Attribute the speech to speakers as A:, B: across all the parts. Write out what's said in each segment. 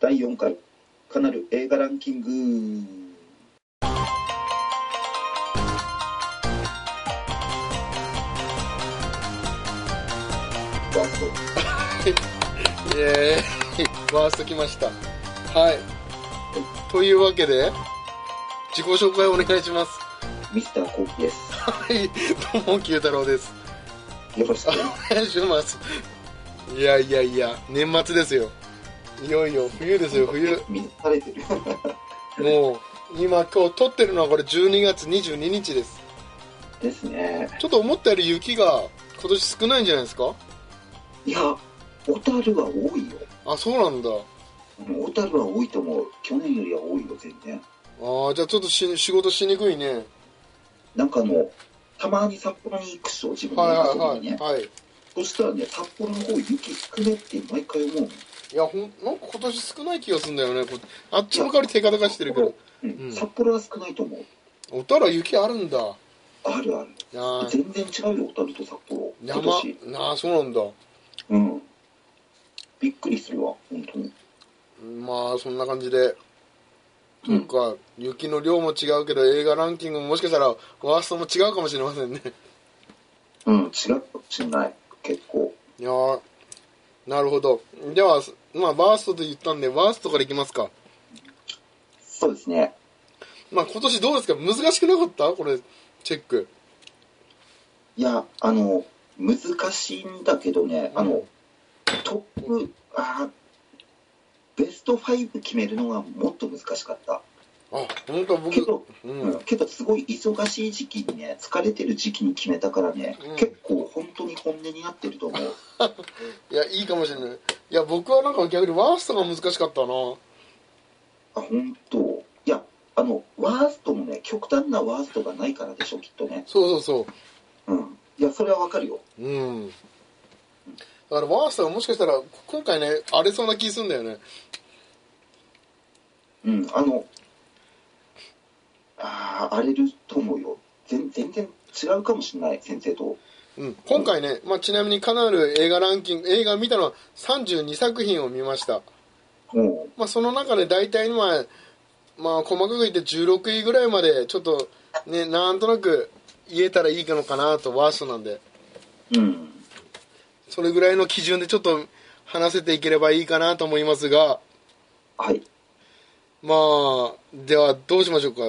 A: 第4回かなる映画ランキングワースト
B: イエーイワースト来ましたはいというわけで自己紹介お願いします
A: ミスターコウキです
B: はいどうも九太郎です
A: よろしく
B: お願いしますいやいやいや年末ですよいよいよ冬ですよ冬
A: みんな晴れてる
B: もう今今日撮ってるのはこれ12月22日です
A: ですね
B: ちょっと思ったより雪が今年少ないんじゃないですか
A: いや小樽は多いよ
B: あそうなんだ
A: うん小樽は多いと思う去年よりは多いよ全然
B: ああじゃあちょっとし仕事しにくいね
A: なんかあのたまに札幌に行くっしょ自分の
B: はい
A: 遊
B: は
A: び
B: い
A: にね、
B: はいはい
A: そしたらね札幌の方雪少ねって毎回思うの
B: いやほんなんか今年少ない気がするんだよねこあっち向かわり手堅化してるけど
A: うん
B: うん
A: 札幌は少ないと思う
B: おたら雪あるんだい
A: あるある
B: やー
A: 全然違うよ小樽と札幌今
B: 山
A: 年
B: ああそうなんだ
A: うんびっくりするわ本当に
B: まあそんな感じで
A: う
B: そ
A: ん
B: っか雪の量も違うけど映画ランキングももしかしたらワーストも違うかもしれませんね
A: うん違うかもしれない結構
B: いやーなるほどではまあワーストと言ったんでワーストからいきますか
A: そうですね
B: まあ今年どうですか難しくなかったこれチェック
A: いやあの難しいんだけどね、
B: うん
A: あのトップあーベスト5決めるのがもっと難しかった
B: あ本当
A: け
B: 僕
A: ど、
B: うん
A: うんけどすごい忙しい時期にね疲れてる時期に決めたからね、
B: うん
A: 結構本当に本音になってると思う
B: いやいいかもしれないいや僕はなんか逆にワーストが難しかったな
A: あ本当いやあのワーストもね極端なワーストがないからでしょきっとね
B: そうそうそう
A: うんいやそれはわかるよ
B: うん。だからワーストはもしかしたら今回ね荒れそうな気すんだよね。
A: うんあのああ荒れると思うよ全全然違うかもしれない先生と
B: うん、今回ね、まあ、ちなみにカナル映画ランキング映画見たのは32作品を見ました、
A: も
B: まあ、その中で大体まあ、まあ、細かく言って16位ぐらいまでちょっとねなんとなく言えたらいいのかなとワーストなんで
A: ううん
B: それぐらいの基準でちょっと話せていければいいかなと思いますが
A: はい
B: まあではどうしましょうか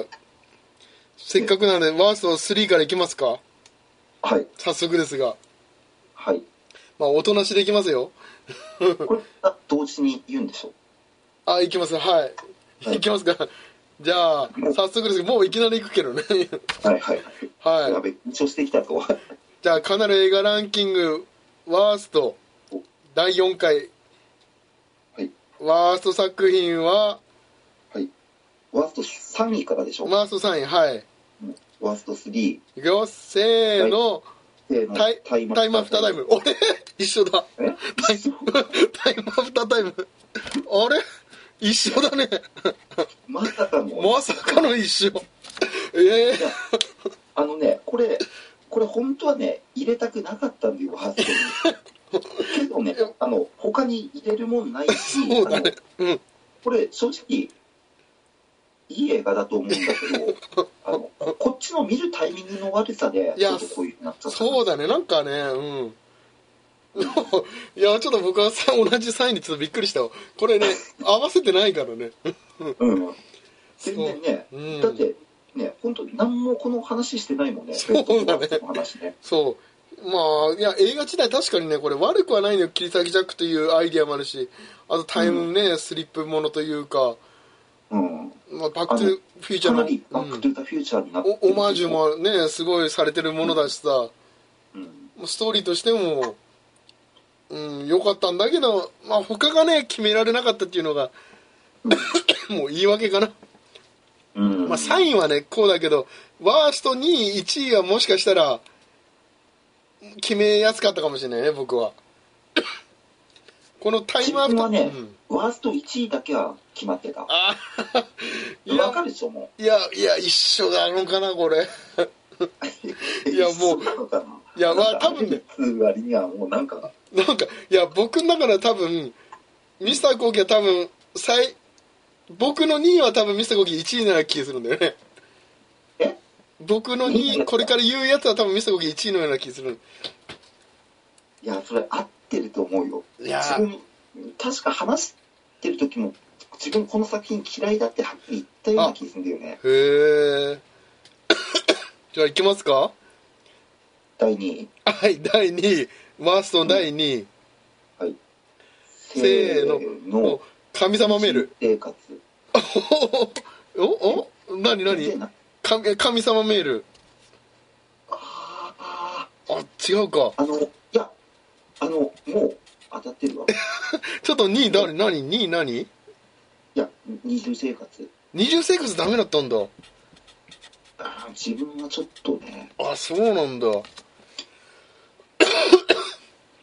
B: せっかくなのでワースト3からいきますか
A: はい
B: 早速ですが
A: はい
B: まあ、おとなしできますよ。
A: これあ同時に言うんでしょ
B: あ、いきます。はい。
A: はい
B: いきますか。じゃあ、早速ですけど、もういきなり行くけどね。
A: はいはいはいや
B: はい。
A: べ緊張してきたぞ
B: じゃあ、かなり映画ランキング、ワースト、第4回。
A: はい
B: ワースト作品は、
A: はい。ワースト3位からでしょ、
B: ワースト3位。はい。
A: ワースト3。
B: いくよ、せーの、
A: せーの
B: タイ、タイムアフタータイ。ム。俺一緒だ。
A: え
B: タイム、タイムアフタータイム。あれ一緒だね。
A: まさかの、
B: まさかの一緒。ええー。
A: あのね、これ、これ本当はね、入れたくなかったんだよ、ワーストに。けどね、あの、他に入れるもんないし、
B: そうだね
A: あの
B: うん。
A: これ正直、いい映画だと思うんだけど、あのこっちの見るタイミングの悪さで、
B: いや
A: ちょっとこういう風になっちゃった。
B: そうだね、なんかね、うん。 いや、ちょっと僕はさ同じ3位にちょっとびっくりしたわ。これね、合わせてないからね。
A: うん。全然ね、
B: うん
A: だって、ね、本当何もこの話してないもんね、
B: そうだね
A: ベストワーストの話ね。
B: そう。まあ、いや、映画自体確かにね、これ悪くはないのよ。切り裂きジャックというアイディアもあるし、あとタイムね、スリップものというか、
A: うん。
B: まあ、バックトゥーフューチャ
A: かな
B: ーの、
A: りバックトゥザフューチャーになって
B: う
A: る
B: んおオマージュ、もね、すごいされてるものだしさ、
A: うん、
B: ストーリーとしても、うん、良かったんだけど、まあ、他がね、決められなかったっていうのが、 もう言い訳かな。
A: うん
B: まあ、3位はね、こうだけど、ワースト2位、1位はもしかしたら、決めやすかったかもしれないね、僕は。 このタイ
A: 自
B: ムアウ
A: 分
B: ト、
A: はね、
B: うん
A: ワースト1位だけは決まってたわ
B: あいや
A: かるでしょも
B: いや、いや、一緒なのかな、これ。
A: う
B: いやもう
A: 一緒なのかない
B: やまあ
A: なんか
B: 多分ね
A: ある割にはもうなんか
B: なんか、いや、僕の中では多分、ミスター・コウキは多分、最僕の2位は多分ミスタコキ1位な気がするんだよね
A: え
B: 僕の2位これから言うやつは多分ミスタコキ1位のような気がする
A: いや、それ合ってると思うよ。
B: いや
A: 自
B: ー
A: 分、確か話してる時も、自分この作品嫌いだってはっきり言ったような気がするんだよね。
B: へえじゃあ行きますか
A: 第2位。
B: はい第2位ワーストの第2位、せ
A: せ
B: ー
A: ー
B: の
A: の。
B: お神様メール
A: 新生活。
B: おおお何何
A: あ
B: 神神様メール
A: あ
B: あ違うか
A: ー、あの、いや、あの、もう当たってるわ。
B: ちょっと2位誰何2位何
A: いや、二重生活。
B: 二重生活ダメだったんだ
A: あー自分はちょっとね、
B: あそうなんだ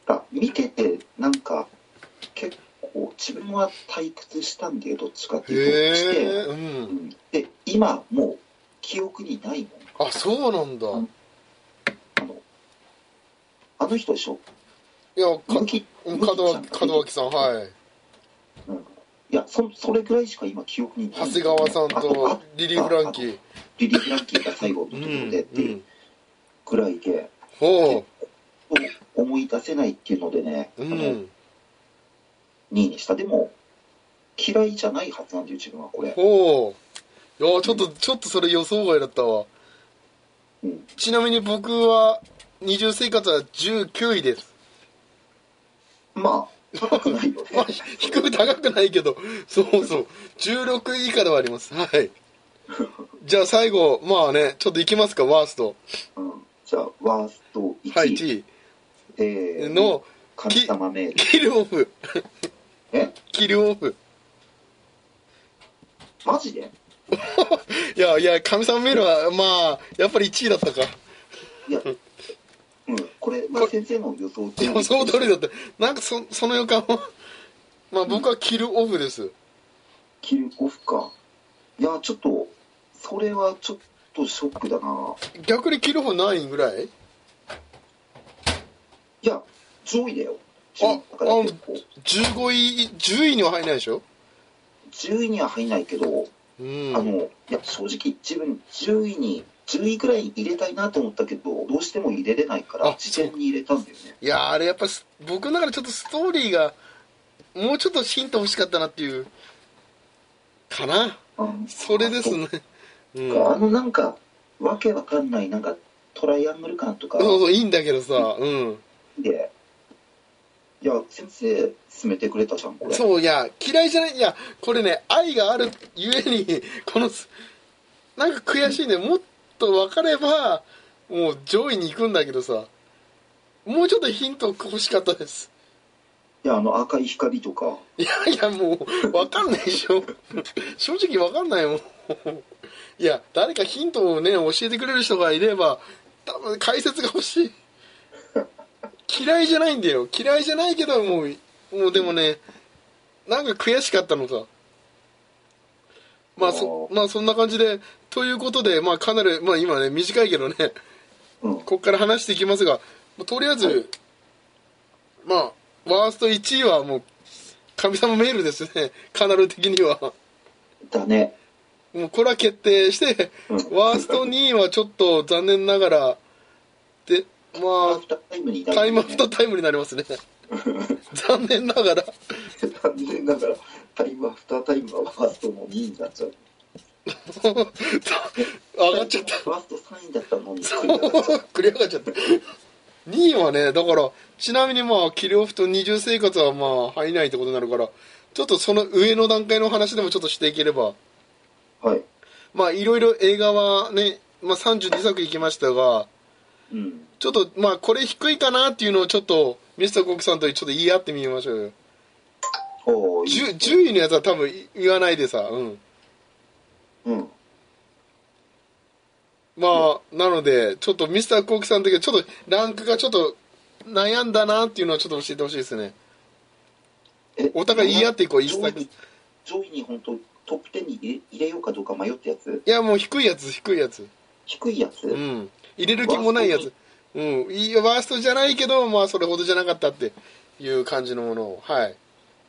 A: あ見てて、なんか、結構、自分は退屈したんだよ、どっちかっていうと。して、
B: へえう
A: うんんで、今、もう、記憶にないもん。
B: あそうなんだ
A: うんあの、あの人でしょ
B: いやか
A: 向き、
B: うん
A: 向きちゃ
B: 門
A: ん
B: 脇門脇さんはい
A: うんいやそ、それぐらいしか今、記憶にない。
B: 長谷川さん
A: ああ
B: とリリー・フランキー
A: リリー・フランキーが最後の
B: う
A: ところでって
B: んう
A: いうんぐらいで、
B: ほ
A: 思い出せないっていうのでね、
B: うう
A: あの2
B: ん
A: 位にした。でも、嫌いじゃないはずなんだよ、自分はこれ。
B: ほういやちょっとちょっとそれ予想外だったわ
A: うん、
B: ちなみに僕は二重生活は19位です
A: まあ、高くないよね。
B: ま あ低く高くないけどそうそう16位以下ではありますはいじゃあ最後まあねちょっといきますかワースト
A: うん、じゃあ、ワースト1位、
B: はい1位
A: せーの、
B: の
A: 神様メール。
B: キルオフ
A: え
B: キルオフ
A: マジで
B: いやいや神様メールはまあやっぱり1位だったか
A: いや、うん、これは先生の予想通り。
B: 予想通りだったなんかそその予感はまあ僕はキルオフです
A: キルオフか。いや、ちょっと、それはちょっとショックだな。
B: 逆にキルオフ何位ぐらい
A: いや、上位だよ。自分の中で結構
B: 15位10位には入らないでしょ
A: 10位には入んないけど、
B: うん
A: あの、いや、正直自分10位に、10位くらいに入れたいなと思ったけど、どうしても入れれないか
B: あ
A: ら、事前に入れたんだよね。
B: いやーあれやっぱす僕の中でちょっとストーリーがもうちょっとヒント欲しかったなっていうかな
A: あ
B: それですねうん
A: あの、なんか、わけわかんない、なんか、トライアングル感とか
B: そうそういいんだけどさうん
A: で、いや、先生、進めてくれたじゃん、これ。
B: そういや嫌いじゃないいやこれね愛があるゆえに このすなんか悔しいねもっと分かればもう上位に行くんだけどさもうちょっとヒント欲しかったです
A: いや、あの、赤い光とか。
B: いやいやもう分かんないでしょ 正直分かんないもんいや誰かヒントをね教えてくれる人がいれば多分解説が欲しい嫌いじゃないんだよ嫌いじゃないけどもうもうでもねなんか悔しかったのさまあそ
A: あー
B: まあそんな感じでということでまあかなりまあ今ね短いけどね
A: うん。
B: ここから話していきますがとりあえず、まあワースト1位はもう神様メールですね カナル的には
A: だね。
B: もうこれは決定して
A: うん。
B: ワースト2位はちょっと残念ながらで
A: ア
B: ま
A: フタータイムになるよ
B: あタ
A: ね、
B: イムアフタータイムになりま すね残念ながら
A: 残念ながら、タイムアフタータイムはワーストの2位になっちゃう。
B: 上がっちゃった
A: ワースト3位だったのに、繰り上がっちゃう
B: 繰り上がっちゃった2位はねだからちなみにまあキリオフと二重生活はまあ入らないってことになるからちょっとその上の段階の話でもちょっとしていければ
A: はい。
B: まあいろいろ映画はね、まあ、32作いきましたが
A: うん。
B: ちょっとまあこれ低いかなっていうのをちょっとミスターコクさんとちょっと言い合ってみましょうよ
A: おーいい
B: 10, 10位のやつは多分言わないでさうん
A: うん。
B: まあなのでちょっとミスターコクさんだけちょっとランクがちょっと悩んだなっていうのをちょっと教えてほしいですね
A: え
B: お互い言い合っていこう
A: 上
B: 一
A: 位
B: 作
A: に、上位に本当トップ10に入れ入れようかどうか迷ったやつ
B: いやもう低いやつ低いやつ
A: 低いやつ、
B: うん入れる気もないやつうんいいワーストじゃないけどまあそれほどじゃなかったっていう感じのものをはい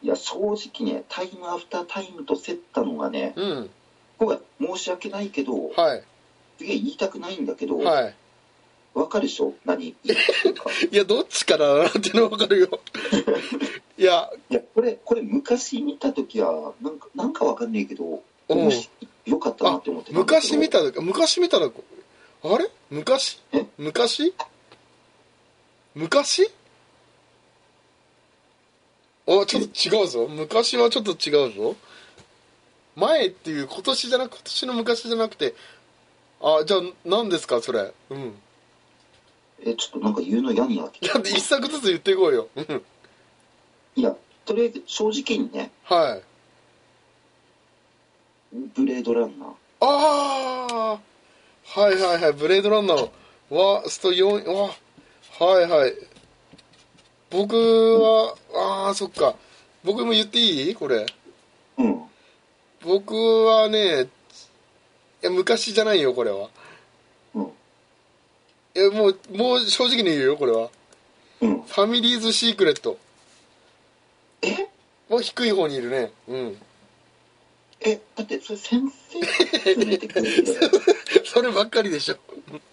A: いや正直ねタイムアフタータイムと競ったのがね
B: うん
A: これは申し訳ないけど
B: はい
A: すげえ言いたくないんだけど、わ
B: はい
A: かるでしょ何言ってるか
B: いやどっちからだなっていうの分かるよいや
A: いやこれこれ昔見た時はなんかなんかわかんないけど
B: うん
A: 面白いよかったなって思ってたんだけど
B: 昔見た時昔見たらあれ昔
A: え
B: 昔昔あちょっと違うぞ昔はちょっと違うぞ前っていう今年じゃなく今年の昔じゃなくてあじゃあ何ですかそれうん
A: えちょっとなんか言うの嫌になってき
B: だ
A: た
B: って一作ずつ言っていこうようん
A: いやとりあえず正直にね
B: はい
A: ブレードランナー
B: ああはいはいはいブレードランナーはスト4わはいはい僕はああそっか僕も言っていいこれ
A: うん
B: 僕はねいや昔じゃないよこれは
A: うん
B: いやもうもう正直に言うよこれは
A: うん
B: ファミリーズシークレット
A: え
B: は低い方にいるねうん
A: えだってそれ先生が連れてくる んで
B: そればっかりでしょ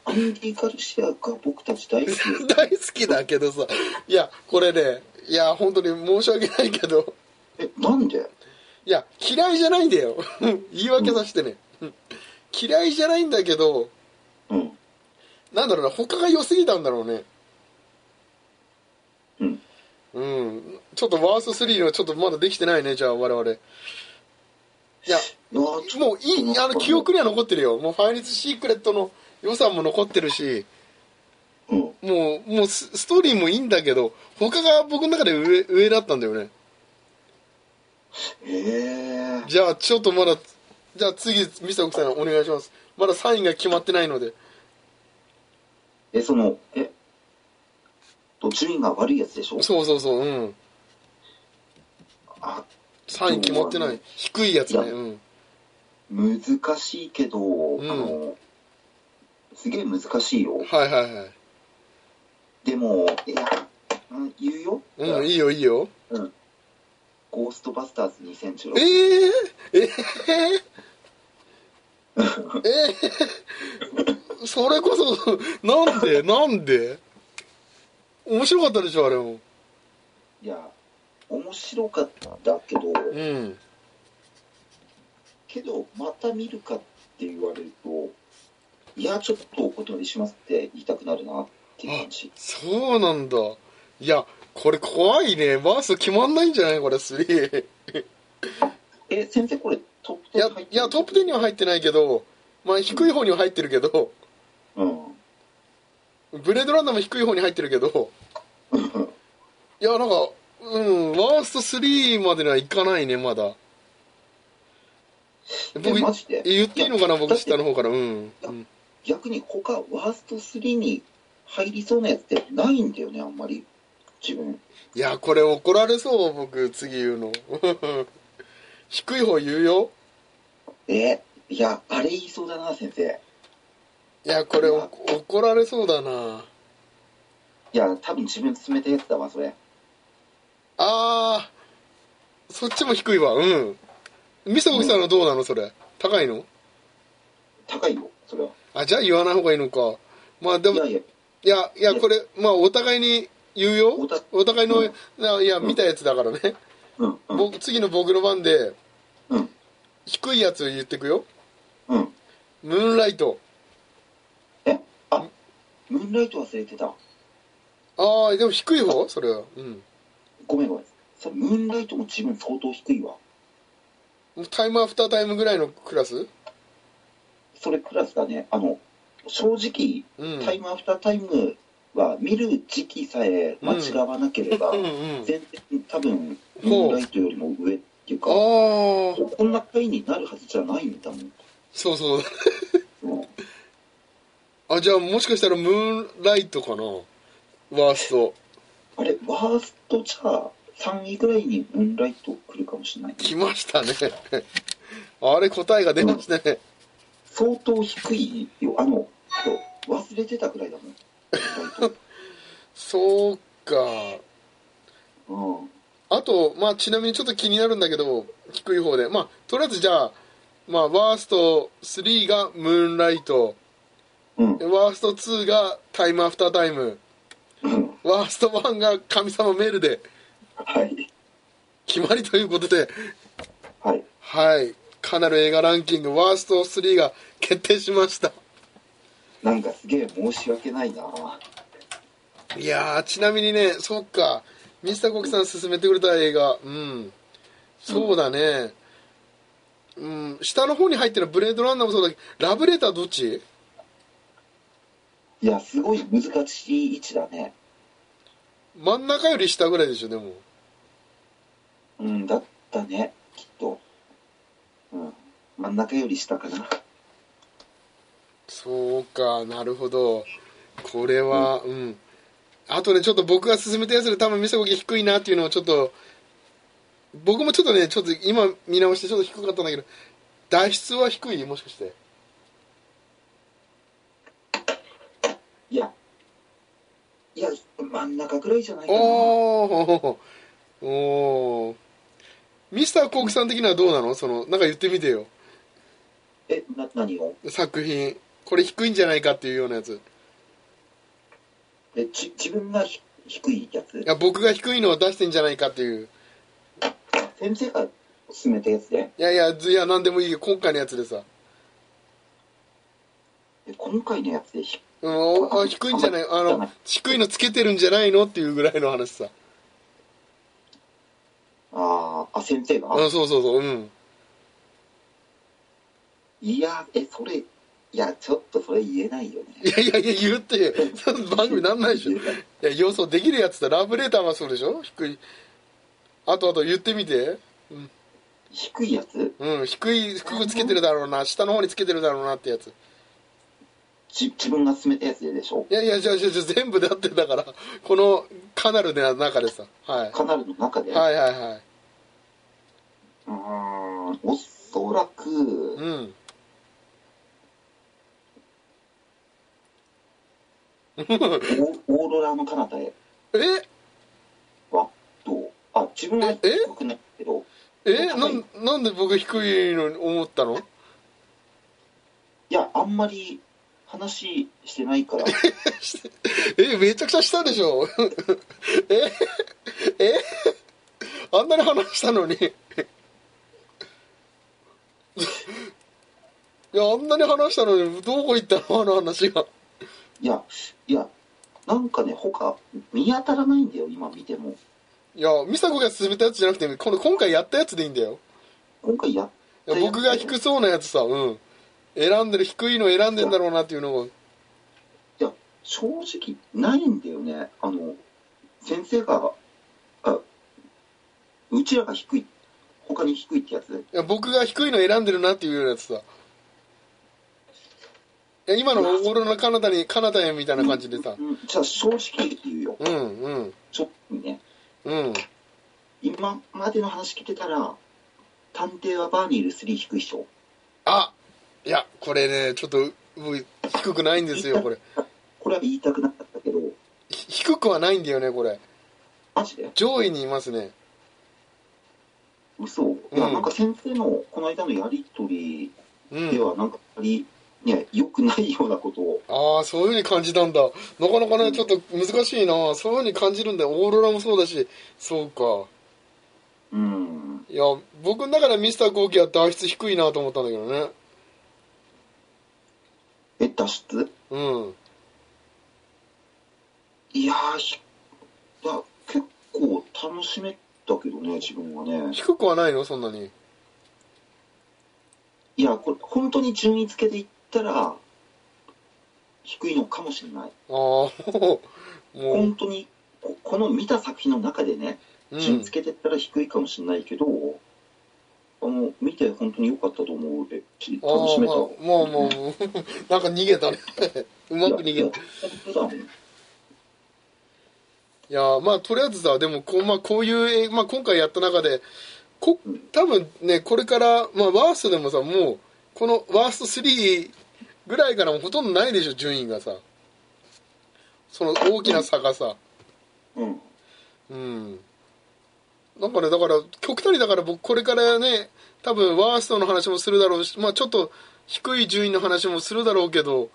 A: アンディ・ガルシアが僕たち大好きです
B: 大好きだけどさいやこれねいや本当に申し訳ないけど
A: えなんで
B: いや嫌いじゃないんだよ 言い訳させてね、うん嫌いじゃないんだけど
A: うん
B: なんだろうな他が良すぎたんだろうね
A: うん
B: うんちょっとワースト3はちょっとまだできてないねじゃあ我々いや
A: いやーちょ
B: もういいあの記憶には残ってるよもうファイナリスシークレットの予算も残ってるし
A: うん
B: もうもうスストーリーもいいんだけど他が僕の中で上上だったんだよね
A: へえ
B: じゃあちょっとまだじゃあ次ミサコさんお願いしますまだサインが決まってないので
A: えそのえと順位が悪いやつでしょ
B: そうそうそううん
A: あ
B: 3位決まってない、低いやつね
A: いや
B: うん
A: 難しいけど、
B: ん
A: あのすげえ難しいよ
B: はいはいはい
A: でもいやうん言うよ、
B: うんいいよいいよ
A: ゴーストバスターズ2016
B: えー、えー、えー、それこそなんでなんで面白かったでしょあれも
A: いや面白かったけど
B: うん
A: けどまた見るかって言われるといやちょっとお断りしますって言いたくなるなっていう感じ
B: そうなんだいやこれ怖いねバース決まんないんじゃないこれ3
A: え先生これトップ
B: いや
A: 10入ってる
B: いやトップ10には入ってないけどまあ低い方には入ってるけど
A: うん
B: ブレードランナーも低い方に入ってるけどいやなんかうんワースト3までにはいかないねまだ僕
A: えマジで
B: 言っていいのかな僕
A: だっ
B: 下の方からうん、
A: だ
B: うん
A: 逆に他ワースト3に入りそうなやつってないんだよねあんまり自分
B: いやこれ怒られそう僕次言うの 低い方言うよ
A: えいやあれ言いそうだな先生
B: いやこれお怒られそうだない
A: や多分自分進めたやつだわそれ
B: あーそっちも低いわうんみそこさんのどうなのそれ高いの
A: 高いよそれは
B: あじゃあ言わない方がいいのかまあで
A: い
B: も
A: やいや
B: いや、いや、
A: いや
B: これ、まあ、お互いに言うよ
A: おた。
B: お互いの、
A: うん
B: ないや、見たやつだからね。
A: うんうん
B: 僕次の僕の番で、
A: うん
B: 低いやつ言ってくよ。
A: うん
B: ムーンライト。
A: えあムーンライト忘れてた
B: ああ、でも低い方それは。うん。
A: ごめんごめんそれムーンライトも自分相当低いわ
B: もうタイムアフタータイムぐらいのクラス
A: それクラスがねあの正
B: う
A: 直
B: ん。
A: タイムアフタータイムは見る時期さえ間違わなければ、
B: うんうん。
A: 全然多分ムーンライトよりも上っていうか
B: ああ、
A: こんな回になるはずじゃないんだもん。
B: そうそう。
A: うん
B: あ、じゃあもしかしたらムーンライトかなワースト。
A: あれ、ワーストじゃあ、3位ぐらいにムーンライト来るかもしれない。
B: 来ましたね。 あれ答えが出ましたね。
A: 相当低いよ。あの、忘れてたぐらいだもん。ムーンライ
B: そうか。
A: ト。うん。
B: あと、まあ、ちなみにちょっと気になるんだけど、低い方で。まあ、とりあえずじゃあ、まあ、ワースト3がムーンライト。
A: うん
B: でワースト2がタイムアフタータイム。
A: うん
B: ワースト1が神様メールで
A: はい
B: 決まりということで、
A: はい
B: はい。かなる映画ランキング、ワースト3が決定しました。
A: なんかすげえ申し訳ないなぁ
B: いやー、ちなみにね、そっか、ミスターコキさん勧めてくれた映画、うん、そうだね、うん、下の方に入ってるブレードランナーもそうだけど、ラブレターどっち
A: いやすごい難しい位置だね
B: 真ん中より下ぐらいでしょ、でも。
A: うんだったねきっとうん真ん中より下かな
B: そうか、なるほど。これは、うん。あとね、ちょっと僕が勧めたやつで多分ミスターコキ低いなっていうのをちょっと、僕もちょっとね、ちょっと今見直してちょっと低かったんだけど、脱出は低いもしかして。
A: いやいや真ん中ぐらいじゃないかな
B: おーおーミスターコウキさん的にはどうなのそのなんか言ってみてよ
A: えな何を
B: 作品これ低いんじゃないかっていうようなやつい
A: えち自分がひ低いやつ
B: や僕が低いのを出してんじゃないかっていう
A: 先生が勧めたやつで
B: いやいやずいや何でもいいよ今回のやつでさ、
A: え今回のやつでひ
B: うんお、あ低いんじゃないあの低いのつけてるんじゃないのっていうぐらいの話さ
A: あーあ先生が、
B: うんそうそうそううん
A: いやえそれいやちょっとそれ言えないよね
B: いやいやいや言うってよそんな 番組なんないでしょい
A: 言えない
B: や予想できるやつだラブレターはそうでしょ低いあとあと言ってみて
A: 低いやつ
B: うん、低い服つけてるだろうな、下の方につけてるだろうなってやつ。い
A: じ自分が勧めたやつででしょ
B: やいや、じゃあ、じゃあ、じゃあ全部だって、だから、この、カナルの中でさ。はい。
A: カナルの中で、
B: はいはいはい。
A: うーんおそらく
B: うん。
A: オオーロラの彼方へ
B: え
A: はどうあ自分は
B: ええ
A: 低くないけど
B: えなん、なんで僕低いのに思った
A: い
B: の
A: やあんまり話してないから
B: え、めちゃくちゃしたでしょ ええあんなに話したのに。いや、あんなに話したのに、どこ行ったのあの話が。
A: いやいやなんかね他見当たらないんだよ今見ても
B: いや、美佐子が勧めたやつじゃなくて、この今回やったやつでいいんだよ。
A: 今回やっ
B: いや僕が低そうなやつさ、うん。選んでる、低いの選んでんだろうなっていうのを。
A: 正直ないんだよねあの先生があうちらが低い他に低いってやつ
B: いや、僕が低いの選んでるなっていうようなやつさ。いや、今のオーロラカナダに、カナダへみたいな感じでさ。
A: うんじゃあ正直言うよ
B: うん、うん、
A: ちょっとね
B: うん。
A: 今までの話聞いてたら探偵はバーにいる3低いっしょ
B: あいや、これね、ちょっと、僕低くないんですよ、これ。
A: これは言いたくなかったけど
B: ひ低くはないんだよね、これ。
A: マジで
B: 上位にいますね。
A: 嘘いや
B: うん
A: なんか先生のこの間のやり取
B: う
A: りで
B: ん。
A: はなんかあまりね良くないようなことを
B: ああ、そういうふうに感じたんだ。なかなかね、ちょっと難しいな。そういうふうに感じるんだよ。オーロラもそうだし、そうか。
A: うん
B: いや、僕の中ではミスター・コウキは脱出低いなと思ったんだけどね。
A: え脱出
B: うん。
A: いやーひいや結構楽しめたけどね自分はね
B: 低くはないのそんなに。
A: いやこれ本当に順位付けでいったら低いのかもしれない
B: ああ、もう、
A: 本当にここの見た作品の中でね
B: う
A: 順位
B: ん。
A: 付けていったら低いかもしれないけど、あの見て本当に良かったと思うでし
B: ああ、ま
A: 楽しめた
B: あもう、もう、もう なんか逃げたね。うまく逃げた。い
A: いや本当だもん
B: や、まあ、とりあえずさ、でも、こう、まあ、こういう映、まあ、今回やった中で、こ、多分ね、これから、まあ、ワーストでもさ、もう、このワースト3ぐらいからもうほとんどないでしょ、順位がさ。その大きな差がさ。
A: うん
B: うん。なんかねだから極端にだから僕これからね多分ワーストの話もするだろうしまあちょっと低い順位の話もするだろうけど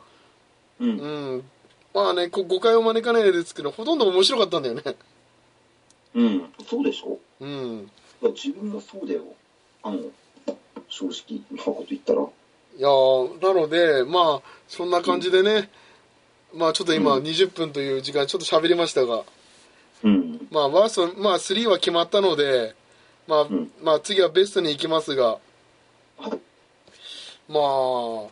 A: う。
B: うんんまあねこう誤解を招かないですけどほとんど面白かったんだよね
A: うん。そうでしょ
B: うん
A: いや自分もそうだよ。あの、正直なこと言ったら。
B: いやーなのでまあそんな感じでね、まあちょっと今
A: うん
B: 20分という時間ちょっと喋りましたが
A: うん。
B: まあワーストまあ3は決まったのでまあ、
A: ん
B: まあ次はベストに行きますが
A: はい。
B: まあど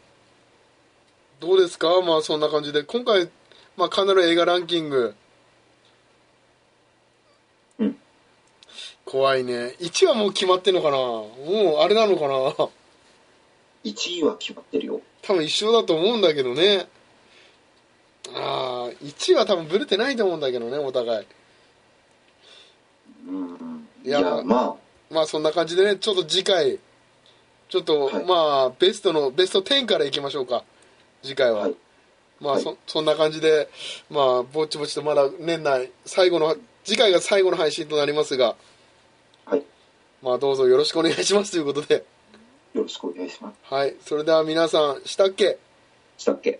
B: うですかまあそんな感じで今回まあカナル映画ランキング
A: うん
B: 怖いね1はもう決まってんのかなもうあれなのかな
A: 1位は決まってるよ。
B: 多分一緒だと思うんだけどねああ1は多分ブレてないと思うんだけどねお互い
A: うん。
B: い
A: い
B: や
A: や、ま
B: まあそんな感じでねちょっと次回ちょっと、
A: はい
B: まあベストのベスト10からいきましょうか次回
A: あ、
B: は、
A: はい。
B: まあ
A: はい
B: そそんな感じでまあぼちぼちとまだ年内最後の次回が最後の配信となりますが
A: はい。
B: まあどうぞよろしくお願いしますということで
A: よろしくお願いしま
B: はいそれでは皆さんしたっけ
A: す。したっけ